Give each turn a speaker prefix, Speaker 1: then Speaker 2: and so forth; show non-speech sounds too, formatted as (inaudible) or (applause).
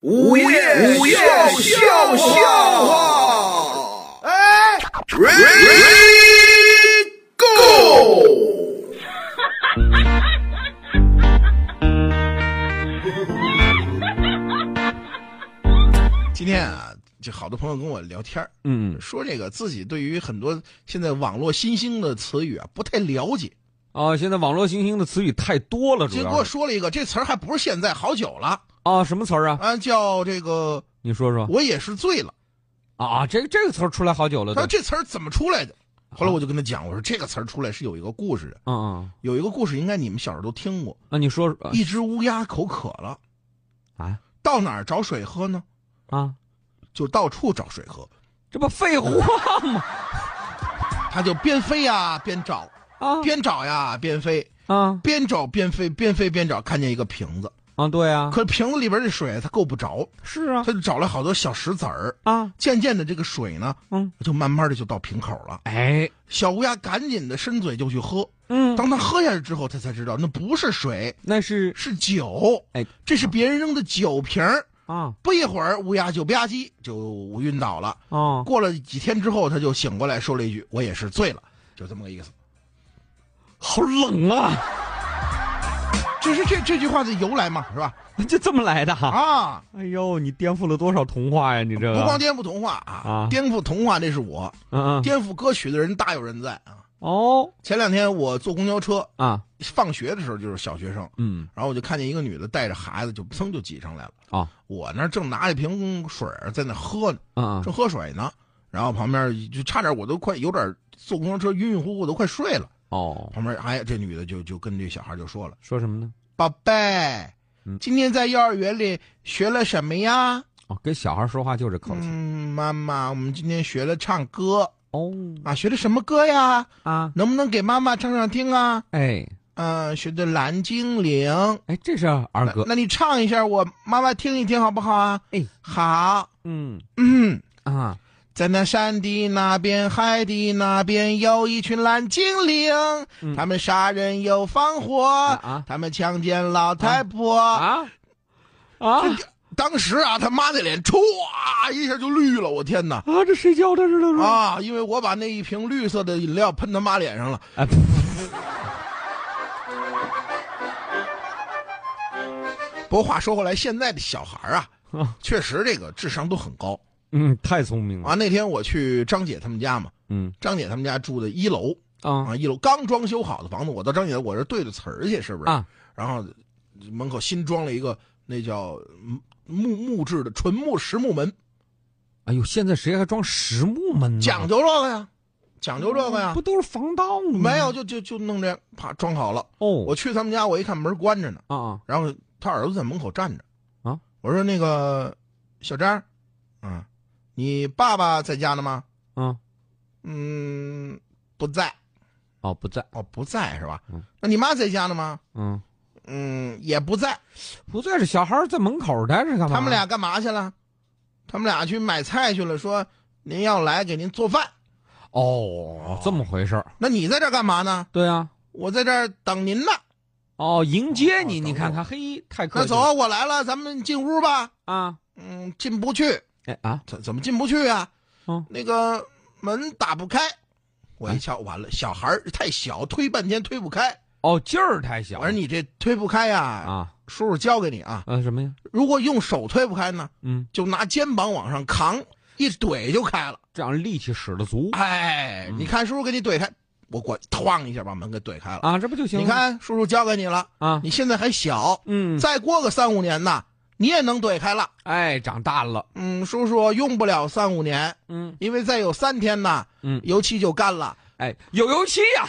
Speaker 1: 午夜午夜笑笑话，哎，Ready Go！今天啊，就好多朋友跟我聊天儿
Speaker 2: 嗯
Speaker 1: 说这个自己对于很多现在网络新兴的词语啊不太了解，
Speaker 2: 啊，现在网络新兴的词语太多了，主
Speaker 1: 结果
Speaker 2: 要是
Speaker 1: 说了一个这词儿还不是现在，好久了
Speaker 2: 啊，什么词儿啊？
Speaker 1: 啊，叫这个
Speaker 2: 你说说
Speaker 1: 我也是醉了。
Speaker 2: 啊，这这个词儿出来好久了，
Speaker 1: 他说，
Speaker 2: 对啊
Speaker 1: 这词儿怎么出来的？后来我就跟他讲，我说这个词儿出来是有一个故事的，
Speaker 2: 嗯嗯，
Speaker 1: 有一个故事应该你们小时候都听过。
Speaker 2: 那你说说
Speaker 1: 一只乌鸦口渴了，
Speaker 2: 啊
Speaker 1: 到哪儿找水喝呢？
Speaker 2: 啊，
Speaker 1: 就到处找水喝，
Speaker 2: 这不废话吗？
Speaker 1: 它就边飞呀边找， (laughs)
Speaker 2: 啊
Speaker 1: 边找呀边飞，
Speaker 2: 啊
Speaker 1: 边找边飞，边飞边找，看见一个瓶子，
Speaker 2: 啊，对啊，
Speaker 1: 可瓶子里边的水它够不着，
Speaker 2: 是啊
Speaker 1: 它就找了好多小石子儿。
Speaker 2: 啊，
Speaker 1: 渐渐的，这个水呢，
Speaker 2: 嗯，
Speaker 1: 就慢慢的就到瓶口了。
Speaker 2: 哎，
Speaker 1: 小乌鸦赶紧的伸嘴就去喝，
Speaker 2: 嗯，
Speaker 1: 当它喝下去之后，它才知道那不是水，
Speaker 2: 那是
Speaker 1: 是酒，
Speaker 2: 哎
Speaker 1: 这是别人扔的酒瓶儿。
Speaker 2: 啊
Speaker 1: 不一会儿，乌鸦就吧唧就晕倒了。
Speaker 2: 啊，
Speaker 1: 过了几天之后，他就醒过来，说了一句：“我也是醉了。”就这么个意思。
Speaker 2: 好冷啊，
Speaker 1: 这是这这句话的由来嘛，是吧？
Speaker 2: (laughs) 就这么来的哈。
Speaker 1: 啊，
Speaker 2: 哎呦，你颠覆了多少童话呀？你这
Speaker 1: 不
Speaker 2: 个，
Speaker 1: 光颠覆童话啊
Speaker 2: 啊，
Speaker 1: 颠覆童话那是我，
Speaker 2: 嗯嗯，
Speaker 1: 颠覆歌曲的人大有人在啊。
Speaker 2: 哦
Speaker 1: 前两天我坐公交车，
Speaker 2: 啊，
Speaker 1: 放学的时候就是小学生，
Speaker 2: 嗯
Speaker 1: 然后我就看见一个女的带着孩子，就噌就挤上来了。
Speaker 2: 啊
Speaker 1: 我那儿正拿着瓶水儿在那喝呢，
Speaker 2: 啊啊
Speaker 1: 正喝水呢，然后旁边就差点我都快有点坐公交车晕晕乎乎，我都快睡了。
Speaker 2: 哦，
Speaker 1: 旁边哎，这女的就就跟这小孩就说了
Speaker 2: 说什么呢？：“
Speaker 1: 宝贝，
Speaker 2: 嗯
Speaker 1: 今天在幼儿园里学了什么呀
Speaker 2: 哦，跟小孩说话就这？”口气
Speaker 1: 嗯，妈妈，我们今天学了唱歌
Speaker 2: 哦
Speaker 1: 啊，学的什么歌呀？
Speaker 2: 啊，
Speaker 1: 能不能给妈妈唱唱听啊？
Speaker 2: 哎。
Speaker 1: 嗯、学的《蓝精灵》。
Speaker 2: 哎，这是儿
Speaker 1: 那
Speaker 2: 歌。
Speaker 1: 那你唱一下，我妈妈听一听好不好啊？
Speaker 2: 哎，
Speaker 1: 好，
Speaker 2: 嗯
Speaker 1: 嗯。
Speaker 2: 啊，
Speaker 1: 在那山的那边，海的那边，有一群蓝精灵，
Speaker 2: 嗯
Speaker 1: 他们杀人又放火，
Speaker 2: 啊
Speaker 1: 他们强奸老太婆。
Speaker 2: 啊啊
Speaker 1: 当时啊，他妈那脸歘一下就绿了，我天哪！
Speaker 2: 啊！这谁教的？这都是
Speaker 1: 啊，因为我把那一瓶绿色的饮料喷他妈脸上了。
Speaker 2: 哎，
Speaker 1: 不过话说回来，现在的小孩啊，
Speaker 2: 啊
Speaker 1: 确实这个智商都很高
Speaker 2: 嗯，太聪明了。
Speaker 1: 啊。那天我去张姐他们家嘛，
Speaker 2: 嗯
Speaker 1: 张姐他们家住的一楼
Speaker 2: 啊
Speaker 1: 啊，一楼刚装修好的房子，我到张姐我这对着词儿去，是不是？
Speaker 2: 啊
Speaker 1: 然后门口新装了一个那叫嗯木木质的纯木实木门，
Speaker 2: 哎呦，现在谁还装实木门呢？
Speaker 1: 讲究这个呀，讲究这个呀
Speaker 2: 不。啊都是防盗吗？
Speaker 1: 没有，就就就弄这样，啪装好了。
Speaker 2: 哦，
Speaker 1: 我去他们家，我一看门关着呢，
Speaker 2: 啊啊
Speaker 1: 然后他儿子在门口站着。
Speaker 2: 啊，
Speaker 1: 我说那个小张，啊，你爸爸在家呢吗？
Speaker 2: 啊
Speaker 1: 嗯，不在。
Speaker 2: 哦，不在，
Speaker 1: 哦，不在是吧？
Speaker 2: 嗯
Speaker 1: 那你妈在家呢吗？
Speaker 2: 嗯，
Speaker 1: 嗯，也不在。
Speaker 2: 不在。这小孩在门口待着干嘛？哦
Speaker 1: 他们俩干嘛去了？他们俩去买菜去了，说您要来给您做饭。
Speaker 2: 哦，这么回事儿。
Speaker 1: 那你在这儿干嘛呢？
Speaker 2: 对啊，
Speaker 1: 我在这儿等您呢。
Speaker 2: 哦，迎接你，
Speaker 1: 哦
Speaker 2: 你看看，嘿，太客
Speaker 1: 那
Speaker 2: 气
Speaker 1: 走
Speaker 2: 了
Speaker 1: 啊，我来了，咱们进屋吧。
Speaker 2: 啊！
Speaker 1: 嗯，进不去。
Speaker 2: 哎啊，
Speaker 1: 怎怎么进不去啊？
Speaker 2: 嗯
Speaker 1: 那个门打不开。我一瞧，完了，小孩儿太小，推半天推不开。
Speaker 2: 哦，劲儿太
Speaker 1: 我
Speaker 2: 小
Speaker 1: 说你这推不开呀、
Speaker 2: 啊
Speaker 1: 叔叔教给你啊。
Speaker 2: 啊什么呀？
Speaker 1: 如果用手推不开呢，
Speaker 2: 嗯，
Speaker 1: 就拿肩膀往上扛，一怼就开了。
Speaker 2: 这样力气使得足
Speaker 1: 哎，
Speaker 2: 嗯
Speaker 1: 你看叔叔给你怼开，我管哐一下把门给怼开了。
Speaker 2: 啊，这不就行了？
Speaker 1: 你看叔叔教给你了，
Speaker 2: 啊，
Speaker 1: 你现在还小，
Speaker 2: 嗯，
Speaker 1: 再过个三五年呐，你也能怼开了。
Speaker 2: 哎，长大了，
Speaker 1: 嗯，叔叔用不了三五年，
Speaker 2: 嗯
Speaker 1: 因为再有三天呐，
Speaker 2: 嗯，
Speaker 1: 油漆就干了。
Speaker 2: 哎，有油漆呀、